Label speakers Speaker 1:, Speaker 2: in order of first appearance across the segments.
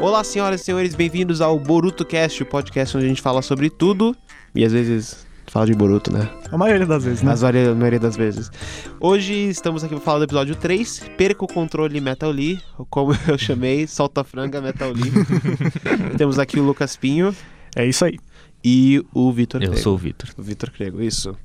Speaker 1: Olá, senhoras e senhores, bem-vindos ao Boruto Cast, o podcast onde a gente fala sobre tudo e às vezes fala de Boruto, né?
Speaker 2: A maioria das vezes, né?
Speaker 1: As vari- a maioria das vezes. Hoje estamos aqui para falar do episódio 3, Perca o Controle Metal Lee, ou como eu chamei, Solta a Franga Metal Lee. Temos aqui o Lucas Pinho
Speaker 2: É isso aí.
Speaker 1: e o Vitor
Speaker 3: Eu
Speaker 1: Crego.
Speaker 3: sou o Vitor.
Speaker 1: O Vitor Crego, isso.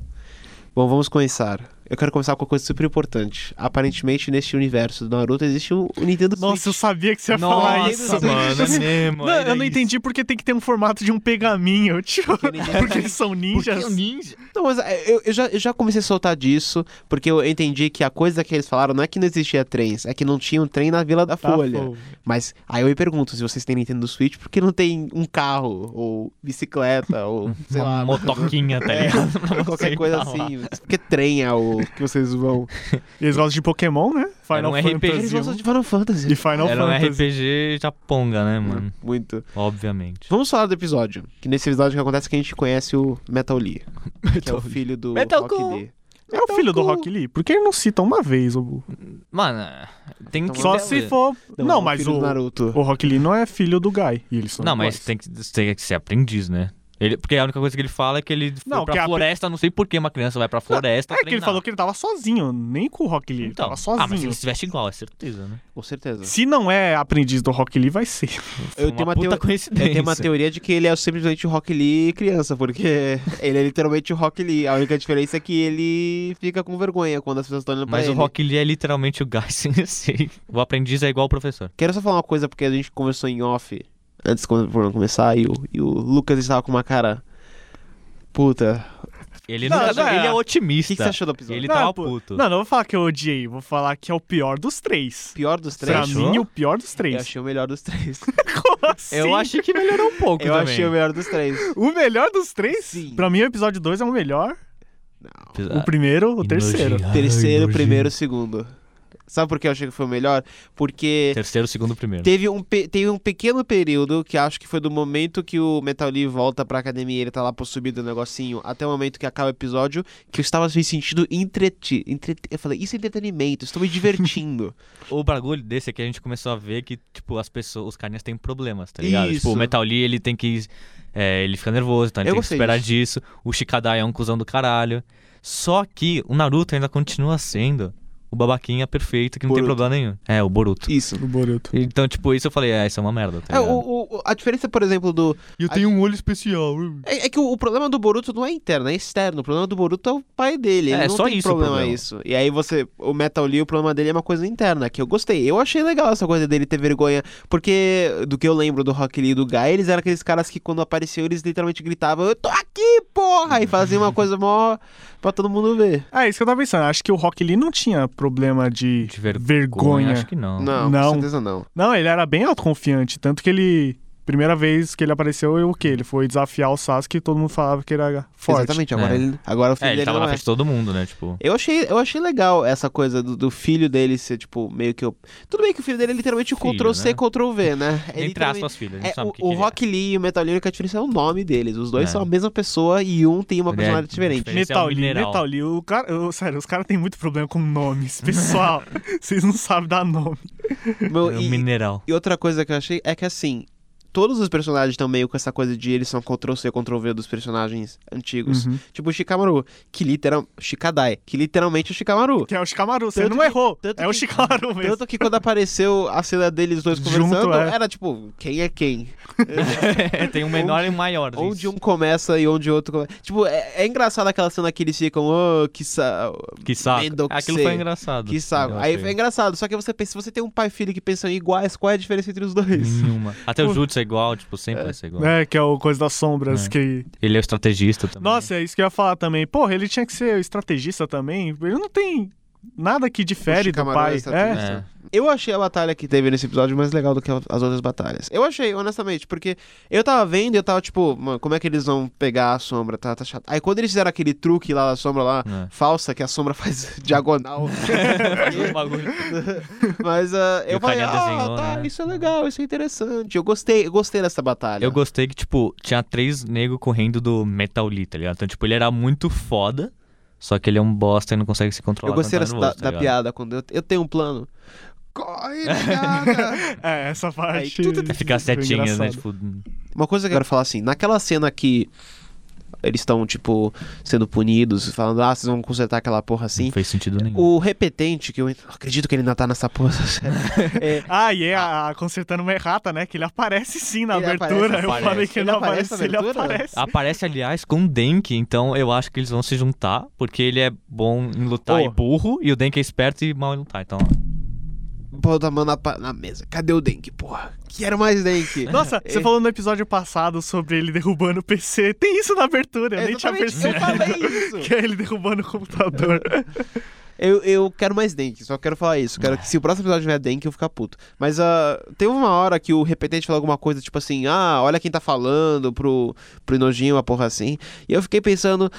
Speaker 1: Bom, vamos começar. Eu quero começar com uma coisa super importante. Aparentemente, neste universo do Naruto existe um um Nintendo Switch.
Speaker 2: Nossa, eu sabia que você ia falar isso.
Speaker 3: Nossa, mano, é mesmo.
Speaker 2: Não, eu não entendi porque tem que ter um formato de um pergaminho, tio.
Speaker 1: Porque ninja-
Speaker 2: Porque é um eles são ninjas.
Speaker 3: é um ninja.
Speaker 1: Não, mas é, eu, eu já, eu já comecei a soltar disso, porque eu entendi que a coisa que eles falaram não é que não existia trens, é que não tinha um trem na Vila da
Speaker 2: Tá,
Speaker 1: Folha.
Speaker 2: pô.
Speaker 1: Mas aí eu me pergunto se vocês têm Nintendo Switch, por que não tem um carro, ou bicicleta, ou sei lá,
Speaker 3: Uma motoquinha, tá ligado? Pra
Speaker 1: qualquer
Speaker 3: você
Speaker 1: coisa
Speaker 3: falar.
Speaker 1: assim? Porque trem é o que vocês vão.
Speaker 2: Eles gostam de Pokémon, né?
Speaker 3: Era
Speaker 2: Final
Speaker 3: um
Speaker 2: Fantasy.
Speaker 3: RPG.
Speaker 1: Eles
Speaker 3: Eles
Speaker 1: gostam
Speaker 3: gostam
Speaker 1: de Final
Speaker 2: De
Speaker 1: Fantasy. Hum.
Speaker 2: Final
Speaker 3: Era um
Speaker 2: Fantasy.
Speaker 3: RPG japonga, né, mano?
Speaker 1: Muito.
Speaker 3: Obviamente.
Speaker 1: Vamos falar do episódio. Que nesse episódio que acontece que a gente conhece o Metal Lee, que é o filho do
Speaker 3: Metal
Speaker 1: Rock
Speaker 3: Cool.
Speaker 1: Lee.
Speaker 2: É o filho do
Speaker 1: Então,
Speaker 2: Rock Lee. Por que ele não cita uma vez o.
Speaker 3: Mano, tem que.
Speaker 2: Então Só
Speaker 3: ter-
Speaker 2: se for. Não,
Speaker 1: o
Speaker 2: mas
Speaker 1: filho
Speaker 2: o.
Speaker 1: do Naruto.
Speaker 2: O Rock Lee não é filho do Guy. E eles são
Speaker 3: Não, mas
Speaker 2: iguais.
Speaker 3: tem que, tem que ser aprendiz, né? Ele, porque a única coisa que ele fala é que ele foi
Speaker 2: Não,
Speaker 3: pra
Speaker 2: que a-
Speaker 3: floresta, não sei por que uma criança vai pra floresta.
Speaker 2: É que ele falou que ele tava sozinho, nem com o Rock Lee. Ele
Speaker 3: Então,
Speaker 2: tava sozinho.
Speaker 3: ah, mas ele se veste igual, é certeza, né?
Speaker 1: Com certeza.
Speaker 2: Se não é aprendiz do Rock Lee, vai ser.
Speaker 3: Foi
Speaker 1: tenho uma
Speaker 3: puta
Speaker 1: teo-
Speaker 3: coincidência.
Speaker 1: Eu tenho uma teoria de que ele é simplesmente o Rock Lee criança, porque ele é literalmente o Rock Lee. A única diferença é que ele fica com vergonha quando as pessoas estão olhando pra
Speaker 3: Mas o
Speaker 1: ele.
Speaker 3: Rock Lee é literalmente o Guy Sensei. O aprendiz é igual o professor.
Speaker 1: Quero só falar uma coisa, porque a gente conversou em off antes quando o programa começar e o, e o Lucas estava com uma cara. Puta.
Speaker 3: Ele,
Speaker 2: Não,
Speaker 3: nunca-
Speaker 2: não é.
Speaker 3: ele é
Speaker 1: O que,
Speaker 3: otimista.
Speaker 1: que você achou do episódio?
Speaker 3: Ele
Speaker 2: Não,
Speaker 3: tava
Speaker 2: pô.
Speaker 3: puto.
Speaker 2: Não, não vou falar que eu odiei. Vou falar que é o pior dos três.
Speaker 1: Pior dos
Speaker 2: Pra
Speaker 1: três?
Speaker 3: achou?
Speaker 2: mim, o pior dos
Speaker 1: Eu
Speaker 2: três.
Speaker 1: achei o melhor dos três.
Speaker 2: Como assim?
Speaker 3: Eu achei que melhorou um pouco
Speaker 1: Eu
Speaker 3: também.
Speaker 1: achei o melhor dos três.
Speaker 2: O melhor dos três?
Speaker 1: Sim.
Speaker 2: Pra mim, o episódio 2 é o melhor.
Speaker 1: Não.
Speaker 2: O primeiro, o terceiro.
Speaker 3: Ai,
Speaker 1: Terceiro,
Speaker 3: Tá. nojento.
Speaker 1: primeiro, segundo. Sabe por que eu achei que foi o melhor? Porque.
Speaker 3: Terceiro, segundo, primeiro.
Speaker 1: Teve um, pe- teve um pequeno período que acho que foi do momento que o Metal Lee volta pra academia e ele tá lá possuído o negocinho, até o momento que acaba o episódio, que eu estava me sentindo entretido. Eu falei, isso é entretenimento, estou me divertindo.
Speaker 3: O bagulho desse é que a gente começou a ver que, tipo, as pessoas, os carinhas têm problemas, tá ligado?
Speaker 1: Isso.
Speaker 3: Tipo, o Metal Lee, ele tem que. é, ele fica nervoso, então ele
Speaker 1: Eu
Speaker 3: tem que
Speaker 1: gostei
Speaker 3: esperar disso. O Shikadai é um cuzão do caralho. Só que o Naruto ainda continua sendo o babaquinha perfeito, que não tem
Speaker 1: Boruto.
Speaker 3: problema nenhum. É, o Boruto.
Speaker 1: isso.
Speaker 2: O Boruto.
Speaker 3: Então, tipo, isso eu falei, é, isso é uma merda, tá
Speaker 1: É,
Speaker 3: ligado?
Speaker 1: o- o- o- a diferença, por exemplo, do.
Speaker 3: E eu
Speaker 1: tenho
Speaker 3: um olho especial.
Speaker 1: É, é que o, o problema do Boruto não é interno, é externo. O problema do Boruto é o pai dele. Ele
Speaker 3: É,
Speaker 1: não
Speaker 3: só
Speaker 1: tem
Speaker 3: isso o
Speaker 1: problema,
Speaker 3: problema.
Speaker 1: isso. E aí você. O Metal Lee, o problema dele é uma coisa interna, que eu gostei. Eu achei legal essa coisa dele ter vergonha. Porque do que eu lembro do Rock Lee e do Guy, eles eram aqueles caras que quando apareceu, eles literalmente gritavam, eu tô aqui, porra! E faziam uma coisa mó pra todo mundo ver.
Speaker 2: Ah, isso que eu tava pensando. Acho que o Rock Lee não tinha problema de,
Speaker 3: De vergonha,
Speaker 2: vergonha.
Speaker 3: Acho que não.
Speaker 1: Não,
Speaker 2: Não.
Speaker 1: com certeza não.
Speaker 2: Não, ele era bem autoconfiante. Tanto que ele. Primeira vez que ele apareceu, eu- o quê? Ele foi desafiar o Sasuke e todo mundo falava que ele era forte.
Speaker 1: Exatamente, agora
Speaker 3: É.
Speaker 1: ele. Agora o filho
Speaker 3: É, ele
Speaker 1: dele
Speaker 3: tava
Speaker 1: não
Speaker 3: na
Speaker 1: é.
Speaker 3: frente de todo mundo, né? Tipo.
Speaker 1: Eu achei, eu achei legal essa coisa do, do filho dele ser, tipo, meio que. o- Tudo bem que o filho dele é literalmente o
Speaker 3: Filho,
Speaker 1: Ctrl C,
Speaker 3: né?
Speaker 1: Ctrl V, né? É
Speaker 3: Entre
Speaker 1: literalmente-
Speaker 3: aspas, filho. A gente
Speaker 1: É,
Speaker 3: sabe
Speaker 1: o,
Speaker 3: o que
Speaker 1: o
Speaker 3: que ele é.
Speaker 1: Rock Lee e o Metal Gear, a única diferença é o nome deles. Os dois
Speaker 3: É.
Speaker 1: são a mesma pessoa e um tem uma
Speaker 3: Ele é
Speaker 1: personalidade diferente.
Speaker 3: diferente. Esse é
Speaker 2: Metal
Speaker 3: o
Speaker 2: Lee,
Speaker 3: mineral.
Speaker 2: Metal Lee, o cara, eu- sério, os caras têm muito problema com nomes, pessoal. Vocês não sabem dar nome.
Speaker 1: Meu,
Speaker 3: É um
Speaker 1: e,
Speaker 3: mineral.
Speaker 1: e outra coisa que eu achei é que assim, todos os personagens estão meio com essa coisa de eles são Ctrl C, Ctrl V dos personagens antigos.
Speaker 3: Uhum.
Speaker 1: Tipo o Shikamaru, que literal. Shikadai, que literalmente é o Shikamaru.
Speaker 3: Tipo
Speaker 2: Que é o Shikamaru, você
Speaker 1: Tanto
Speaker 2: não
Speaker 1: que-
Speaker 2: errou.
Speaker 1: tanto
Speaker 2: É o
Speaker 1: que-
Speaker 2: Shikamaru mesmo.
Speaker 1: Tanto que quando apareceu a cena deles dois
Speaker 2: Junto,
Speaker 1: conversando,
Speaker 2: é.
Speaker 1: era tipo, quem é quem?
Speaker 3: Tem um menor e um maior.
Speaker 1: Onde
Speaker 3: isso.
Speaker 1: um começa e onde o outro começa. Tipo, é, é engraçado aquela cena que eles ficam, oh, que sa...
Speaker 3: Que saco.
Speaker 1: Vendo que
Speaker 3: Aquilo
Speaker 1: sei.
Speaker 3: foi engraçado.
Speaker 1: Que saco.
Speaker 3: Eu
Speaker 1: Aí
Speaker 3: achei.
Speaker 1: é engraçado, só que você pensa, se você tem um pai e filho que pensam iguais, qual é a diferença entre os dois?
Speaker 3: Nenhuma. Até o Jutsu é igual, tipo, sempre vai ser igual.
Speaker 2: É, que é o Coisa das Sombras,
Speaker 3: É.
Speaker 2: que...
Speaker 3: Ele é o estrategista também.
Speaker 2: Nossa, é isso que eu ia falar também. Porra, ele tinha que ser estrategista também. Ele não tem nada que difere do
Speaker 1: Shikamaru é
Speaker 2: pai. É.
Speaker 1: estrategista.
Speaker 3: É.
Speaker 1: Eu achei a batalha que teve nesse episódio mais legal do que as outras batalhas. Eu achei, honestamente, porque eu tava vendo e eu tava tipo, mano, como é que eles vão pegar a sombra? Tá, tá chato. Aí quando eles fizeram aquele truque lá da sombra lá,
Speaker 3: É.
Speaker 1: falsa, que a sombra faz diagonal.
Speaker 3: Um bagulho.
Speaker 1: Mas ah,
Speaker 3: E
Speaker 1: eu
Speaker 3: o
Speaker 1: falei,
Speaker 3: carinha
Speaker 1: ah,
Speaker 3: desenhou,
Speaker 1: tá,
Speaker 3: né?
Speaker 1: isso é legal, isso é interessante. Eu gostei, eu gostei dessa batalha.
Speaker 3: Eu gostei que, tipo, tinha três negros correndo do Metal Lee, tá ligado? Então, tipo, ele era muito foda, só que ele é um bosta e não consegue se
Speaker 1: Eu
Speaker 3: controlar.
Speaker 1: gostei
Speaker 3: quando
Speaker 1: dessa-
Speaker 3: tá
Speaker 1: da,
Speaker 3: nervoso,
Speaker 1: da
Speaker 3: tá ligado?
Speaker 1: piada quando eu, eu tenho um plano. corre, negada!
Speaker 2: É, essa parte.
Speaker 1: tu- tu-
Speaker 3: É ficar
Speaker 2: foi
Speaker 3: setinhas, né?
Speaker 2: engraçado.
Speaker 3: Tipo,
Speaker 1: Uma coisa que eu quero falar assim, naquela cena que eles estão, tipo, sendo punidos, falando, ah, vocês vão consertar aquela porra assim.
Speaker 3: não fez sentido nenhum.
Speaker 1: O repetente, que eu acredito que ele ainda tá nessa porra. sério. É,
Speaker 2: Ah, e é a, a consertando uma errata, né? Que ele aparece sim na
Speaker 1: Ele
Speaker 2: abertura.
Speaker 1: aparece,
Speaker 2: eu
Speaker 1: aparece.
Speaker 2: falei que ele,
Speaker 1: Ele
Speaker 2: não
Speaker 1: aparece
Speaker 2: aparece,
Speaker 1: na
Speaker 2: ele
Speaker 1: abertura?
Speaker 2: aparece.
Speaker 3: Aparece, aliás, com o Denk, então eu acho que eles vão se juntar, porque ele é bom em lutar
Speaker 1: Oh.
Speaker 3: e burro, e o Denk é esperto e mal em lutar. Então,
Speaker 1: Bota a mão na, pa- na mesa. Cadê o Denk, porra? Quero mais Denk.
Speaker 2: Nossa,
Speaker 1: É.
Speaker 2: você falou no episódio passado sobre ele derrubando o PC. Tem isso na abertura, eu nem tinha
Speaker 1: Exatamente,
Speaker 2: percebido.
Speaker 1: eu falei isso.
Speaker 2: Que é ele derrubando o computador.
Speaker 1: Eu, eu quero mais Denk, só quero falar isso. Quero que se o próximo episódio tiver Denk, eu vou ficar puto. Mas ah, tem uma hora que o repetente falou alguma coisa, tipo assim, ah, olha quem tá falando pro, pro Inojinho, uma porra assim. E eu fiquei pensando,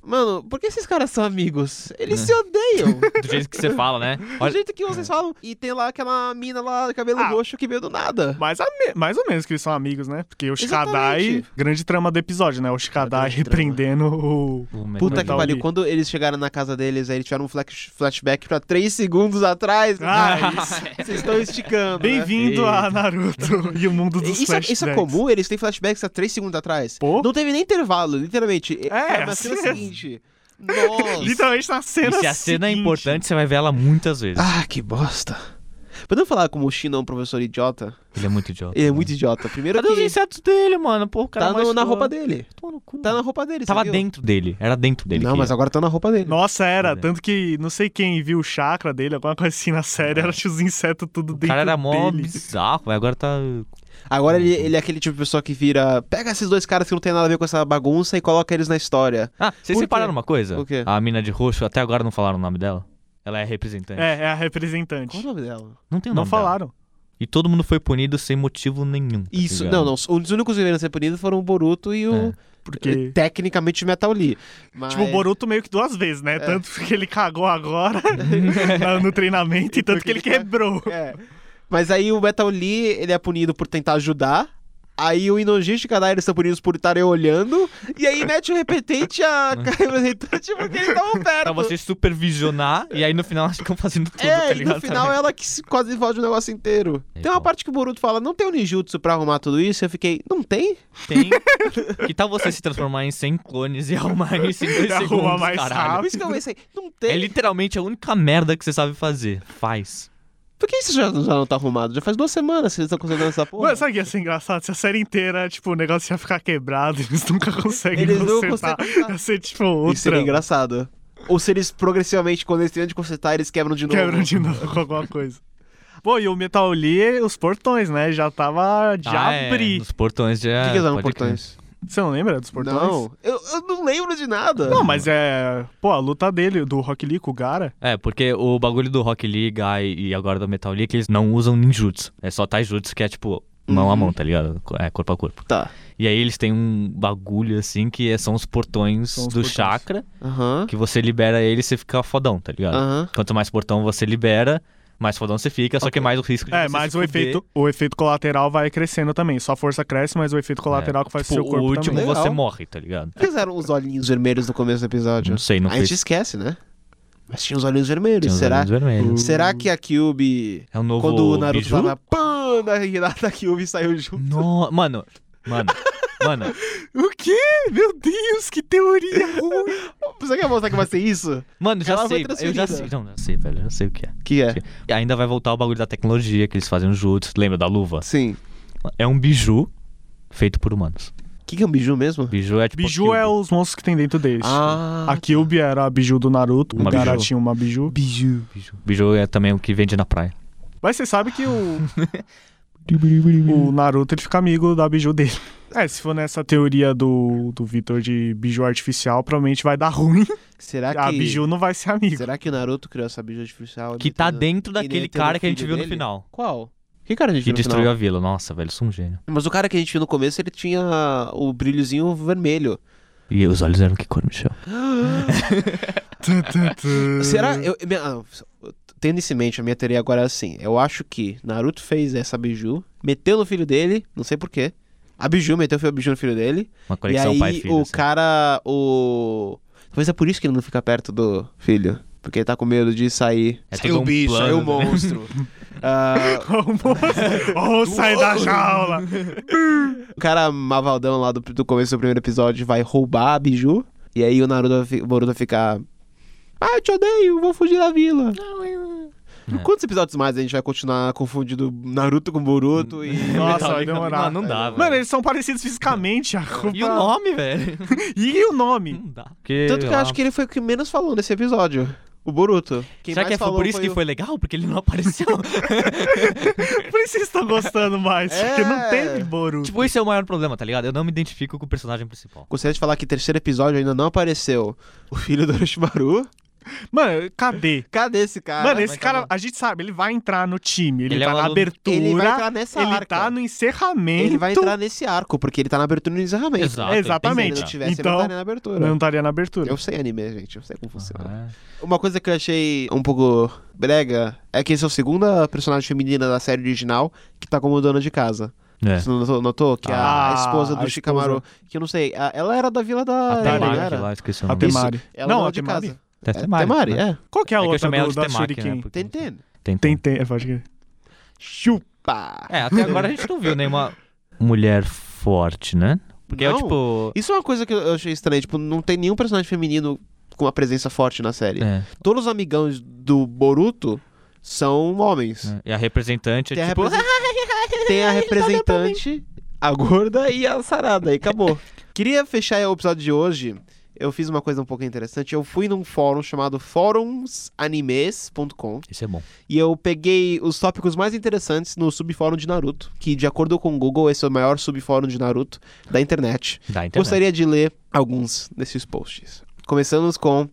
Speaker 1: mano, por que esses caras são amigos? Eles se odeiam.
Speaker 3: do jeito que você fala, né?
Speaker 1: Do
Speaker 3: Olha,
Speaker 1: jeito que vocês falam. E tem lá aquela mina lá, cabelo
Speaker 2: Ah.
Speaker 1: roxo, que veio do nada.
Speaker 2: Mas a me- mais ou menos que eles são amigos, né? Porque o Shikadai.
Speaker 1: Exatamente.
Speaker 2: Grande trama do episódio, né? O Shikadai
Speaker 1: grande trama.
Speaker 2: repreendendo o.
Speaker 3: o Mega
Speaker 1: Puta que
Speaker 3: Man.
Speaker 2: Metal
Speaker 1: pariu,
Speaker 2: Gear.
Speaker 1: quando eles chegaram na casa deles, aí eles tiveram um flash- flashback pra 3 segundos atrás.
Speaker 2: Ah, isso.
Speaker 1: Vocês estão esticando. né?
Speaker 2: Bem-vindo a Naruto e o mundo dos
Speaker 1: Isso, é- isso é
Speaker 2: flashbacks.
Speaker 1: comum? Eles têm flashbacks há 3 segundos atrás?
Speaker 2: Pô.
Speaker 1: Não teve nem intervalo, literalmente.
Speaker 2: É,
Speaker 1: Cara, na
Speaker 2: assim
Speaker 1: cena
Speaker 2: é.
Speaker 1: seguinte. Nossa.
Speaker 2: Literalmente na
Speaker 3: E
Speaker 2: cena.
Speaker 3: se a cena é
Speaker 2: seguinte.
Speaker 3: importante, você vai ver ela muitas vezes.
Speaker 1: ah, que bosta. Podemos falar como o Shin é um professor idiota?
Speaker 3: Ele é muito idiota.
Speaker 1: Ele é
Speaker 3: né?
Speaker 1: muito idiota. Primeiro
Speaker 3: Cadê os
Speaker 1: que
Speaker 3: insetos dele, mano? Pô, o é cara
Speaker 1: tá
Speaker 3: mais
Speaker 1: no- na
Speaker 3: fã.
Speaker 1: roupa dele.
Speaker 3: Toma no cu.
Speaker 1: Tá na roupa dele, você
Speaker 3: Tava
Speaker 1: viu?
Speaker 3: dentro dele. Era dentro dele.
Speaker 1: Não,
Speaker 3: que
Speaker 1: mas
Speaker 3: ia.
Speaker 1: agora tá na roupa dele.
Speaker 2: Nossa, era.
Speaker 3: Olha.
Speaker 2: Tanto que não sei quem viu o chakra dele, alguma coisa assim na série, era tinha os insetos tudo
Speaker 3: É. O
Speaker 2: dentro
Speaker 3: cara era mó
Speaker 2: dele.
Speaker 3: bizarro, velho. Agora tá.
Speaker 1: Agora ele, ele é aquele tipo de pessoa que vira. Pega esses dois caras que não tem nada a ver com essa bagunça e coloca eles na história.
Speaker 3: Ah, vocês
Speaker 1: Por quê?
Speaker 3: separaram uma coisa?
Speaker 1: O quê?
Speaker 3: A mina de roxo, até agora não falaram o nome dela. Ela é representante.
Speaker 2: É, é a representante.
Speaker 1: Qual o nome dela?
Speaker 3: Não tem o
Speaker 2: Não
Speaker 3: nome dela.
Speaker 2: falaram.
Speaker 3: E todo mundo foi punido sem motivo nenhum. tá
Speaker 1: Isso,
Speaker 3: ligado?
Speaker 1: não, não. Os únicos que vieram a ser punidos foram o Boruto e o.
Speaker 3: É,
Speaker 2: Porque.
Speaker 1: Tecnicamente Metal Lee. Mas...
Speaker 2: É.
Speaker 1: É.
Speaker 2: Tipo, o Boruto meio que duas vezes, né? Tanto que ele cagou agora na- no treinamento e tanto que ele
Speaker 1: Porque ele
Speaker 2: quebrou.
Speaker 1: É. Mas aí o Metal Lee, ele é punido por tentar ajudar. Aí o Inoji e o Shikadai, eles são punidos por estarem olhando. E aí mete o repetente e a
Speaker 3: Né.
Speaker 1: representante porque eles estavam perto.
Speaker 3: Pra você supervisionar e aí no final elas ficam fazendo tudo,
Speaker 1: É,
Speaker 3: tá
Speaker 1: e
Speaker 3: ligado?
Speaker 1: no final ela que se- quase invade o negócio inteiro.
Speaker 3: É
Speaker 1: tem uma
Speaker 3: bom.
Speaker 1: parte que o Boruto fala, não tem o ninjutsu pra arrumar tudo isso? Eu fiquei, não tem?
Speaker 3: Tem. Que tal você se transformar em 100 clones e arrumar isso em dois
Speaker 2: E arruma
Speaker 3: segundos,
Speaker 2: mais
Speaker 3: caralho?
Speaker 1: Por isso que eu pensei, não tem?
Speaker 3: É literalmente a única merda que você sabe fazer. Faz.
Speaker 1: Por que isso já, já não tá arrumado? Já faz duas semanas que eles estão conseguindo essa porra.
Speaker 2: Mano, sabe o que ia ser engraçado? Se a série inteira, tipo, o negócio ia ficar quebrado, eles nunca conseguem
Speaker 1: Eles não conseguem
Speaker 2: consertar.
Speaker 1: consertar.
Speaker 2: Ia ser, tipo, outra.
Speaker 1: Isso seria engraçado. Ou se eles progressivamente, quando eles tentam de consertar, eles quebram de novo.
Speaker 2: Quebram de novo com alguma coisa. Pô, e o Metal Lee, os portões, né? Já tava. Já
Speaker 3: Ah, é,
Speaker 2: abri.
Speaker 3: Nos portões já.
Speaker 1: O que, que eles eram
Speaker 3: É, pode
Speaker 1: portões?
Speaker 2: Você não lembra dos portões?
Speaker 1: Não, eu, eu não lembro de nada.
Speaker 2: Não, mas é. Pô, a luta dele, do Rock Lee com o Gara.
Speaker 3: crer. É, porque o bagulho do Rock Lee, Guy e agora do Metal Lee é que eles não usam ninjutsu. É só taijutsu que é tipo mão a
Speaker 1: Uhum.
Speaker 3: mão, tá ligado? É corpo a corpo.
Speaker 1: Tá.
Speaker 3: E aí eles têm um bagulho assim que é- são os portões
Speaker 2: São os
Speaker 3: do
Speaker 2: portões.
Speaker 3: chakra,
Speaker 1: Aham.
Speaker 3: que você libera ele e você fica fodão, tá ligado?
Speaker 1: Aham.
Speaker 3: Quanto mais portão você libera, mais fodão você fica, só que mais o risco de
Speaker 2: É,
Speaker 3: você
Speaker 2: mas
Speaker 3: se
Speaker 2: o
Speaker 3: fuder.
Speaker 2: efeito, o efeito colateral vai crescendo também. Só a força cresce, mas o efeito colateral que faz
Speaker 3: tipo,
Speaker 2: seu corpo
Speaker 3: o último
Speaker 2: também.
Speaker 1: Legal.
Speaker 3: você morre, tá ligado?
Speaker 1: Por que eles eram os olhinhos vermelhos no começo do episódio?
Speaker 3: Não sei, não
Speaker 1: A gente
Speaker 3: fez.
Speaker 1: esquece, né? Mas tinha os olhinhos vermelhos.
Speaker 3: Tinha os
Speaker 1: Será,
Speaker 3: olhinhos vermelhos.
Speaker 1: será que a Cube.
Speaker 3: É o novo
Speaker 1: Quando o Naruto
Speaker 3: Biju?
Speaker 1: tava. Pã! Da da Cube saiu junto.
Speaker 3: No... Mano, mano, mano.
Speaker 2: O quê? Meu Deus, que teoria ruim!
Speaker 1: Você quer mostrar que vai ser isso?
Speaker 3: Mano, já
Speaker 1: Ela foi
Speaker 3: sei. Eu
Speaker 1: transferida.
Speaker 3: já sei. Não, já sei, velho. Já sei o que é.
Speaker 1: Que é?
Speaker 3: E ainda vai voltar o bagulho da tecnologia que eles fazem juntos. Lembra da luva?
Speaker 1: Sim.
Speaker 3: É um biju feito por humanos.
Speaker 1: O que, que é um biju mesmo?
Speaker 3: Biju é tipo.
Speaker 2: Biju é os monstros que tem dentro deles.
Speaker 1: Ah.
Speaker 2: a Kyubi era a biju do Naruto,
Speaker 3: Uma
Speaker 2: o Gara
Speaker 3: biju.
Speaker 2: tinha uma biju.
Speaker 1: Biju.
Speaker 3: Biju. Biju é também o que vende na praia.
Speaker 2: Mas você sabe que o, o Naruto ele fica amigo da biju dele. É, se for nessa teoria do, do Vitor de biju artificial, provavelmente vai dar ruim.
Speaker 1: Será que.
Speaker 2: A ah, biju não vai ser amigo.
Speaker 1: Será que o Naruto criou essa biju artificial?
Speaker 3: Que tá
Speaker 1: Ele tem-
Speaker 3: dentro
Speaker 1: ele
Speaker 3: daquele
Speaker 1: tem um
Speaker 3: cara que a gente
Speaker 1: filho
Speaker 3: viu no
Speaker 1: dele?
Speaker 3: final.
Speaker 1: Qual? Que cara a gente
Speaker 3: Que
Speaker 1: viu no final?
Speaker 3: destruiu a vila. Nossa, velho, sou um gênio.
Speaker 1: Mas o cara que a gente viu no começo, ele tinha o brilhozinho vermelho.
Speaker 3: E os olhos eram que cor, Michel?
Speaker 2: Tum, tum, tum.
Speaker 1: Será? Eu, minha- ah, tendo isso em mente, a minha teoria agora é assim. Eu acho que Naruto fez essa biju, meteu no filho dele, não sei porquê. A biju meteu a biju no filho dele.
Speaker 3: Uma
Speaker 1: E
Speaker 3: conexão
Speaker 1: aí
Speaker 3: pai e filho.
Speaker 1: o
Speaker 3: assim.
Speaker 1: cara, o... Talvez é por isso que ele não fica perto do filho. Porque ele tá com medo de sair...
Speaker 3: É
Speaker 1: saiu
Speaker 3: todo
Speaker 1: o
Speaker 3: um
Speaker 1: bicho, saiu o
Speaker 3: plano, né?
Speaker 1: monstro. Ah,
Speaker 2: Ou sai da jaula.
Speaker 1: o cara mavaldão lá do, do começo do primeiro episódio vai roubar a Biju. E aí o Naruto, vai fi- o Boruto vai ficar... Ah, eu te odeio, vou fugir da vila.
Speaker 3: É.
Speaker 1: Quantos episódios mais a gente vai continuar confundindo Naruto com Boruto e...
Speaker 2: Nossa,
Speaker 3: Metal
Speaker 2: vai
Speaker 3: Gear-
Speaker 2: demorar.
Speaker 3: tá Não, não dá,
Speaker 2: Mano,
Speaker 3: velho.
Speaker 2: eles são parecidos fisicamente. A culpa...
Speaker 3: E o nome, velho?
Speaker 2: E o nome?
Speaker 3: Não dá. Porque,
Speaker 1: Tanto que
Speaker 3: sei
Speaker 1: eu
Speaker 3: lá,
Speaker 1: acho que ele foi o que menos falou nesse episódio. O Boruto. Quem
Speaker 3: Será
Speaker 1: mais
Speaker 3: que é foi
Speaker 1: falou
Speaker 3: por isso que
Speaker 1: o-
Speaker 3: foi legal? Porque ele não apareceu?
Speaker 2: Por isso vocês estão gostando mais.
Speaker 1: É.
Speaker 2: Porque não teve Boruto.
Speaker 3: tipo, esse é o maior problema, tá ligado? Eu não me identifico com o personagem principal.
Speaker 1: Gostaria de falar que terceiro episódio ainda não apareceu o filho do Orochimaru.
Speaker 2: Mano, cadê?
Speaker 1: Cadê esse cara?
Speaker 2: Mano,
Speaker 3: vai
Speaker 2: esse cara,
Speaker 3: acabar.
Speaker 2: a gente sabe, ele vai entrar no time. Ele,
Speaker 3: Ele é
Speaker 2: tá
Speaker 3: um
Speaker 2: na
Speaker 3: aluno-
Speaker 2: abertura.
Speaker 1: ele vai entrar nessa
Speaker 2: ele
Speaker 1: arca.
Speaker 2: tá no encerramento.
Speaker 1: Ele vai entrar nesse arco, porque ele tá na abertura e no encerramento.
Speaker 3: Exato.
Speaker 1: Se
Speaker 2: Exatamente.
Speaker 1: ele não tivesse, ele
Speaker 2: Então,
Speaker 1: não estaria na abertura.
Speaker 2: Não estaria na abertura.
Speaker 1: Eu sei anime, gente. Eu sei como funciona.
Speaker 3: Ah,
Speaker 1: Uma coisa que eu achei um pouco brega é que esse é o segunda personagem feminina da série original que tá como dona de casa.
Speaker 3: é.
Speaker 1: Você notou? notou? Que a- a,
Speaker 2: Ah,
Speaker 1: esposa
Speaker 2: a
Speaker 1: do
Speaker 2: esposa.
Speaker 1: Shikamaru, que eu não sei, a- ela era da vila da...
Speaker 3: Até
Speaker 2: Temari,
Speaker 1: não
Speaker 3: Mari,
Speaker 1: Ah, era?
Speaker 3: lá, esqueci o
Speaker 2: A
Speaker 3: nome.
Speaker 2: Temari.
Speaker 1: Ela
Speaker 2: Não,
Speaker 1: era
Speaker 2: a
Speaker 1: de
Speaker 2: Temari.
Speaker 1: casa.
Speaker 3: É
Speaker 1: É,
Speaker 3: Temari,
Speaker 1: Temari,
Speaker 3: né?
Speaker 1: é.
Speaker 2: Qual que é a
Speaker 3: É que eu
Speaker 2: outra
Speaker 3: chamei ela
Speaker 2: do,
Speaker 3: de
Speaker 2: da
Speaker 3: Temaki, né?
Speaker 2: Shuriken?
Speaker 3: porque-
Speaker 1: Tenten.
Speaker 3: Tenten.
Speaker 2: Tem, tem. É, pode crer.
Speaker 1: Chupa!
Speaker 3: É, até agora a gente não viu nenhuma mulher forte, né? Porque eu,
Speaker 1: Não.
Speaker 3: tipo.
Speaker 1: Isso é uma coisa que eu achei estranha. Tipo, não tem nenhum personagem feminino com uma presença forte na série.
Speaker 3: É,
Speaker 1: Todos os amigãos do Boruto são homens.
Speaker 3: é. E a representante é
Speaker 1: Tem, a
Speaker 3: tipo.
Speaker 1: represen- tem a representante, a gorda e a sarada. E acabou. Queria fechar o episódio de hoje. Eu fiz uma coisa um pouco interessante. Eu fui num fórum chamado forumsanimes.com
Speaker 3: Isso é bom.
Speaker 1: e eu peguei os tópicos mais interessantes no subfórum de Naruto, que de acordo com o Google, esse é o maior subfórum de Naruto da internet.
Speaker 3: Dá internet.
Speaker 1: Gostaria de ler alguns desses posts. Começamos com.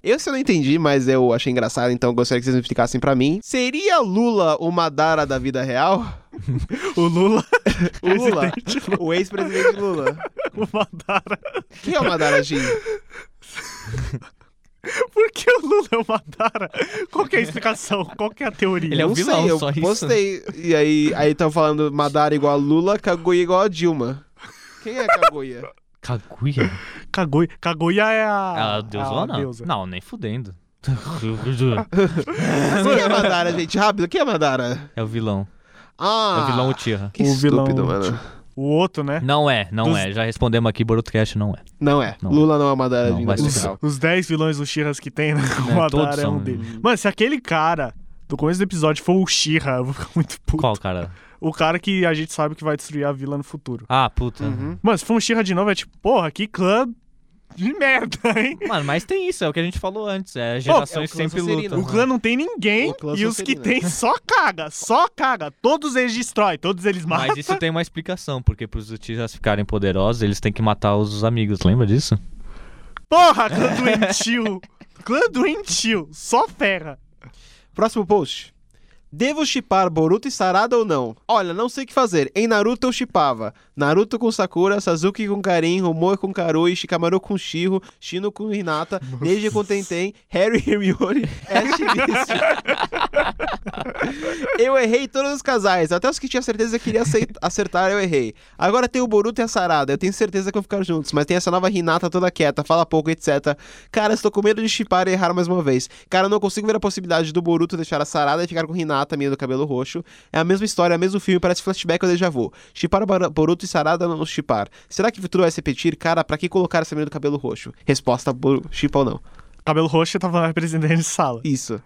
Speaker 1: Eu se eu não entendi, mas eu achei engraçado, então eu gostaria que vocês me explicassem pra mim. Seria Lula o Madara da vida real?
Speaker 2: O Lula,
Speaker 1: O Lula. O ex-presidente Lula.
Speaker 2: o Madara.
Speaker 1: Quem é o Madara Jin?
Speaker 2: Por que o Lula é o Madara? Qual que é a explicação? Qual que é a teoria?
Speaker 3: Ele é o
Speaker 1: não
Speaker 3: vilão,
Speaker 1: sei, eu
Speaker 3: só isso.
Speaker 1: postei. E aí estão falando Madara igual a Lula, Kaguya igual a Dilma. Quem é Kaguya?
Speaker 3: Kaguya.
Speaker 2: Kaguya. Kaguya é a...
Speaker 3: Ah,
Speaker 2: a
Speaker 3: deusona?
Speaker 2: deusa.
Speaker 3: Não, nem fudendo. É
Speaker 1: Mas quem é Madara, gente? Rápido, quem é Madara?
Speaker 3: é o vilão. É
Speaker 1: Ah!
Speaker 3: o vilão Uchiha.
Speaker 1: Que
Speaker 2: O vilão
Speaker 1: estúpido, mano.
Speaker 2: O outro, né?
Speaker 3: Não é, não
Speaker 2: Dos-
Speaker 3: é. Já respondemos aqui, Boruto Cash não é.
Speaker 1: Não é.
Speaker 3: Não.
Speaker 1: Lula não é o Madara
Speaker 3: Não,
Speaker 1: Jin.
Speaker 3: vai
Speaker 1: da vida
Speaker 3: ser.
Speaker 1: real.
Speaker 2: Os 10 vilões do Shiras que tem, né?
Speaker 3: Né,
Speaker 2: O Madara
Speaker 3: todos
Speaker 2: é um
Speaker 3: são.
Speaker 2: deles. Mano, se aquele cara do começo do episódio for o Shira, eu vou ficar muito puto.
Speaker 3: Qual, cara?
Speaker 2: O cara que a gente sabe que vai destruir a vila no futuro.
Speaker 3: Ah, puta.
Speaker 1: Uhum.
Speaker 2: Mano, se for um Shira de novo, é tipo, porra, que clã de merda, hein?
Speaker 3: Mano, mas tem isso, é o que a gente falou antes. É gerações
Speaker 1: é o
Speaker 3: que
Speaker 1: clã
Speaker 3: sempre
Speaker 1: Sonserino.
Speaker 3: lutam.
Speaker 2: O clã não tem ninguém
Speaker 1: O clã
Speaker 2: e os que
Speaker 1: Sonserino.
Speaker 2: tem só caga, só caga. Todos eles destrói, todos eles matam.
Speaker 3: Mas isso tem uma explicação, porque pros Uchihas ficarem poderosos, eles têm que matar os amigos, lembra disso?
Speaker 2: Porra, clã doentio. clã doentio, só ferra.
Speaker 1: Próximo post. Devo chipar Boruto e Sarada ou não? Olha, não sei o que fazer. Em Naruto eu chipava. Naruto com Sakura, Sasuke com Karin, Romoi com Karui, Shikamaru com Shiro, Shino com Hinata, Neji com Tenten, Harry e É Hermione, Ash e Misty. Eu errei todos os casais, até os que tinha certeza que iria acei- acertar eu errei. Agora tem o Boruto e a Sarada, eu tenho certeza que vão ficar juntos, mas tem essa nova Hinata toda quieta, fala pouco, etc. Cara, estou com medo de chipar e errar mais uma vez. Cara, eu não consigo ver a possibilidade do Boruto deixar a Sarada e ficar com Hinata, minha do cabelo roxo. É a mesma história, é o mesmo filme, parece flashback ou déjà vu. Chipar o Bar- Boruto e Sarada não chipar. Será que o futuro vai se repetir? Cara, pra que colocar essa menina do cabelo roxo? Resposta, Boru- chipa ou não.
Speaker 2: Cabelo roxo tava representando de sala.
Speaker 1: Isso.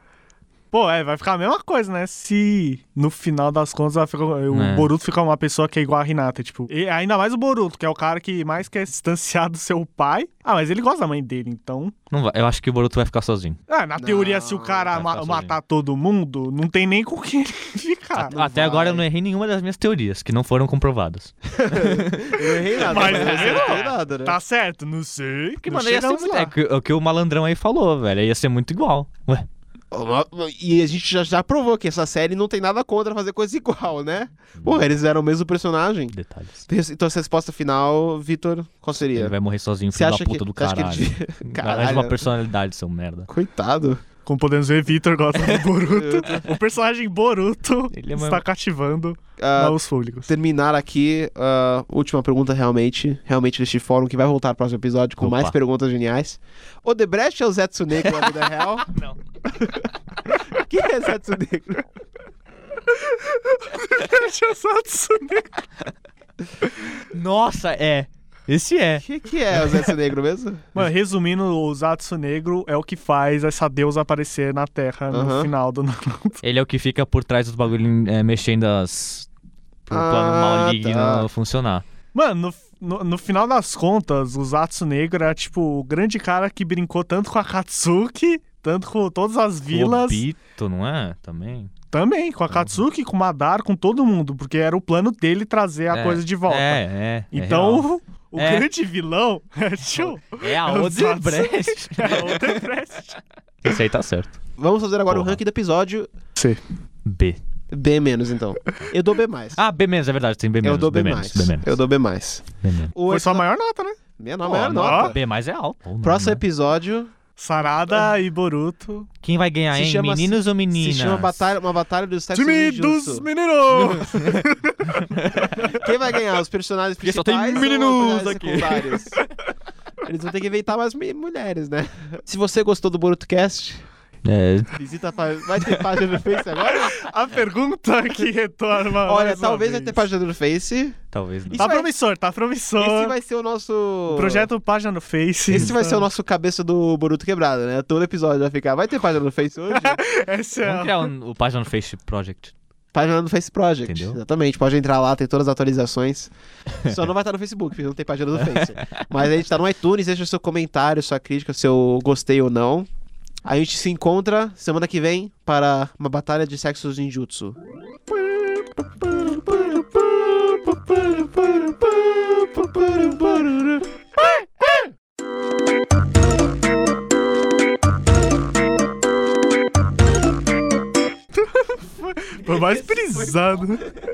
Speaker 2: Pô, é, vai ficar a mesma coisa, né? Se no final das contas vai ficar- o
Speaker 3: É.
Speaker 2: Boruto fica uma pessoa que é igual a Renata, tipo. E ainda mais o Boruto, que é o cara que mais quer se distanciar do seu pai. Ah, mas ele gosta da mãe dele, então.
Speaker 3: Não vai- Eu acho que o Boruto vai ficar sozinho.
Speaker 2: Ah, na teoria, se o cara
Speaker 3: vai
Speaker 2: ma-
Speaker 3: ficar sozinho.
Speaker 2: matar todo mundo, não tem nem com quem ele ficar.
Speaker 3: Até agora eu Ah, não errei nenhuma das minhas teorias, que não foram comprovadas.
Speaker 1: Eu errei nada,
Speaker 2: Mas
Speaker 1: eu
Speaker 2: errou.
Speaker 1: acertei nada, né?
Speaker 2: Tá certo, não sei.
Speaker 3: Porque,
Speaker 2: não
Speaker 3: mano, ia ser
Speaker 2: chegamos
Speaker 3: muito.
Speaker 2: lá.
Speaker 3: É que- o que o malandrão aí falou, velho. Ia ser muito igual. Ué.
Speaker 1: E a gente já, já provou que essa série não tem nada contra fazer coisa igual, né?
Speaker 3: Uhum.
Speaker 1: Bom, eles eram o mesmo personagem.
Speaker 3: Detalhes.
Speaker 1: Então, a resposta final, Vitor, qual seria?
Speaker 3: Ele vai morrer sozinho,
Speaker 1: Você
Speaker 3: filho da
Speaker 1: acha
Speaker 3: puta
Speaker 1: que,
Speaker 3: do
Speaker 1: você acha que
Speaker 3: caralho.
Speaker 1: ele devia-
Speaker 3: Arranja uma
Speaker 1: Caralho.
Speaker 3: personalidade, seu merda.
Speaker 1: Coitado.
Speaker 2: Como podemos ver, Victor gosta do Boruto. o personagem Boruto
Speaker 3: Ele é
Speaker 2: está
Speaker 3: uma-
Speaker 2: cativando
Speaker 1: Ah,
Speaker 2: os públicos.
Speaker 1: terminar aqui, ah, última pergunta realmente, realmente deste fórum, que vai voltar no próximo episódio com
Speaker 3: Opa.
Speaker 1: mais perguntas geniais. Odebrecht é o Zetsu Negro na vida real?
Speaker 3: Não.
Speaker 1: Quem é Zetsu Negro?
Speaker 2: Tinha Satsune.
Speaker 3: Nossa, é. Esse é.
Speaker 1: O que, que é o Zé Esse Negro mesmo?
Speaker 2: Mano, resumindo, o Zatsu Negro é o que faz essa deusa aparecer na Terra no
Speaker 1: Aham.
Speaker 2: final do Naruto.
Speaker 3: Ele é o que fica por trás dos bagulhos é, mexendo as. pro plano
Speaker 1: Ah,
Speaker 3: maligno
Speaker 1: tá.
Speaker 3: funcionar.
Speaker 2: Mano, no, no- no final das contas, o Zatsu Negro era tipo o grande cara que brincou tanto com a Katsuki, tanto com todas as vilas.
Speaker 3: Obito, não é? Também.
Speaker 2: Também,
Speaker 1: Uhum.
Speaker 2: com a Katsuki, com o Madara, com todo mundo, porque era o plano dele trazer a
Speaker 3: É,
Speaker 2: coisa de volta.
Speaker 3: É, é.
Speaker 2: então, o
Speaker 3: É.
Speaker 2: grande vilão é, tio,
Speaker 3: É, a
Speaker 2: É o
Speaker 3: Odebrecht.
Speaker 2: é o Odebrecht.
Speaker 3: Esse aí tá certo.
Speaker 1: Vamos fazer agora o
Speaker 3: Porra.
Speaker 1: ranking do episódio.
Speaker 3: B.
Speaker 1: B menos, então. Eu dou B.
Speaker 3: Ah, B menos, é verdade, tem B menos.
Speaker 1: eu dou B.
Speaker 3: B menos. B menos.
Speaker 1: Eu dou B. mais.
Speaker 3: B menos.
Speaker 1: O
Speaker 2: Foi sua
Speaker 1: episo-
Speaker 2: maior nota, né?
Speaker 1: Minha nota,
Speaker 2: Pô,
Speaker 1: maior
Speaker 2: a
Speaker 1: nota.
Speaker 2: maior-
Speaker 3: B mais é alto. Ou não,
Speaker 1: Próximo
Speaker 3: né?
Speaker 1: episódio
Speaker 2: Sarada
Speaker 1: Uhum.
Speaker 2: e Boruto.
Speaker 3: Quem vai ganhar,
Speaker 1: Se
Speaker 3: hein?
Speaker 1: chama-
Speaker 3: Meninos ou meninas?
Speaker 1: se chama batalha, Uma Batalha dos Sexos
Speaker 2: Time dos
Speaker 1: Ninjutsu.
Speaker 2: meninos!
Speaker 1: Quem vai ganhar? Os personagens
Speaker 3: Porque
Speaker 1: principais
Speaker 3: só tem
Speaker 1: ou
Speaker 3: meninos
Speaker 1: os personagens
Speaker 3: aqui.
Speaker 1: secundários? Eles vão ter que inventar mais mi- mulheres, né? Se você gostou do BorutoCast,
Speaker 3: É,
Speaker 1: visita a página... Vai ter página no Face agora?
Speaker 2: A pergunta que retorna.
Speaker 1: Olha,
Speaker 2: mais uma
Speaker 1: talvez vai
Speaker 2: vez.
Speaker 1: ter página no Face.
Speaker 3: talvez não.
Speaker 1: Isso
Speaker 2: Tá
Speaker 1: vai-
Speaker 2: promissor, tá promissor.
Speaker 1: Esse vai ser o nosso...
Speaker 2: Projeto Página no Face.
Speaker 1: Esse vai ser o nosso cabeça do Boruto quebrado, né? Todo episódio vai ficar. Vai ter página no Face hoje?
Speaker 2: Esse
Speaker 3: Vamos
Speaker 2: é.
Speaker 3: criar um- o Página no Face Project.
Speaker 1: página no Face Project.
Speaker 3: Entendeu?
Speaker 1: Exatamente. Pode entrar lá, tem todas as atualizações. Só não vai estar no Facebook, porque não tem página do Face. Mas a gente tá no iTunes, deixa seu comentário, sua crítica, seu gostei ou não. A gente se encontra semana que vem para uma batalha de sexos ninjutsu.
Speaker 2: Foi mais brisado.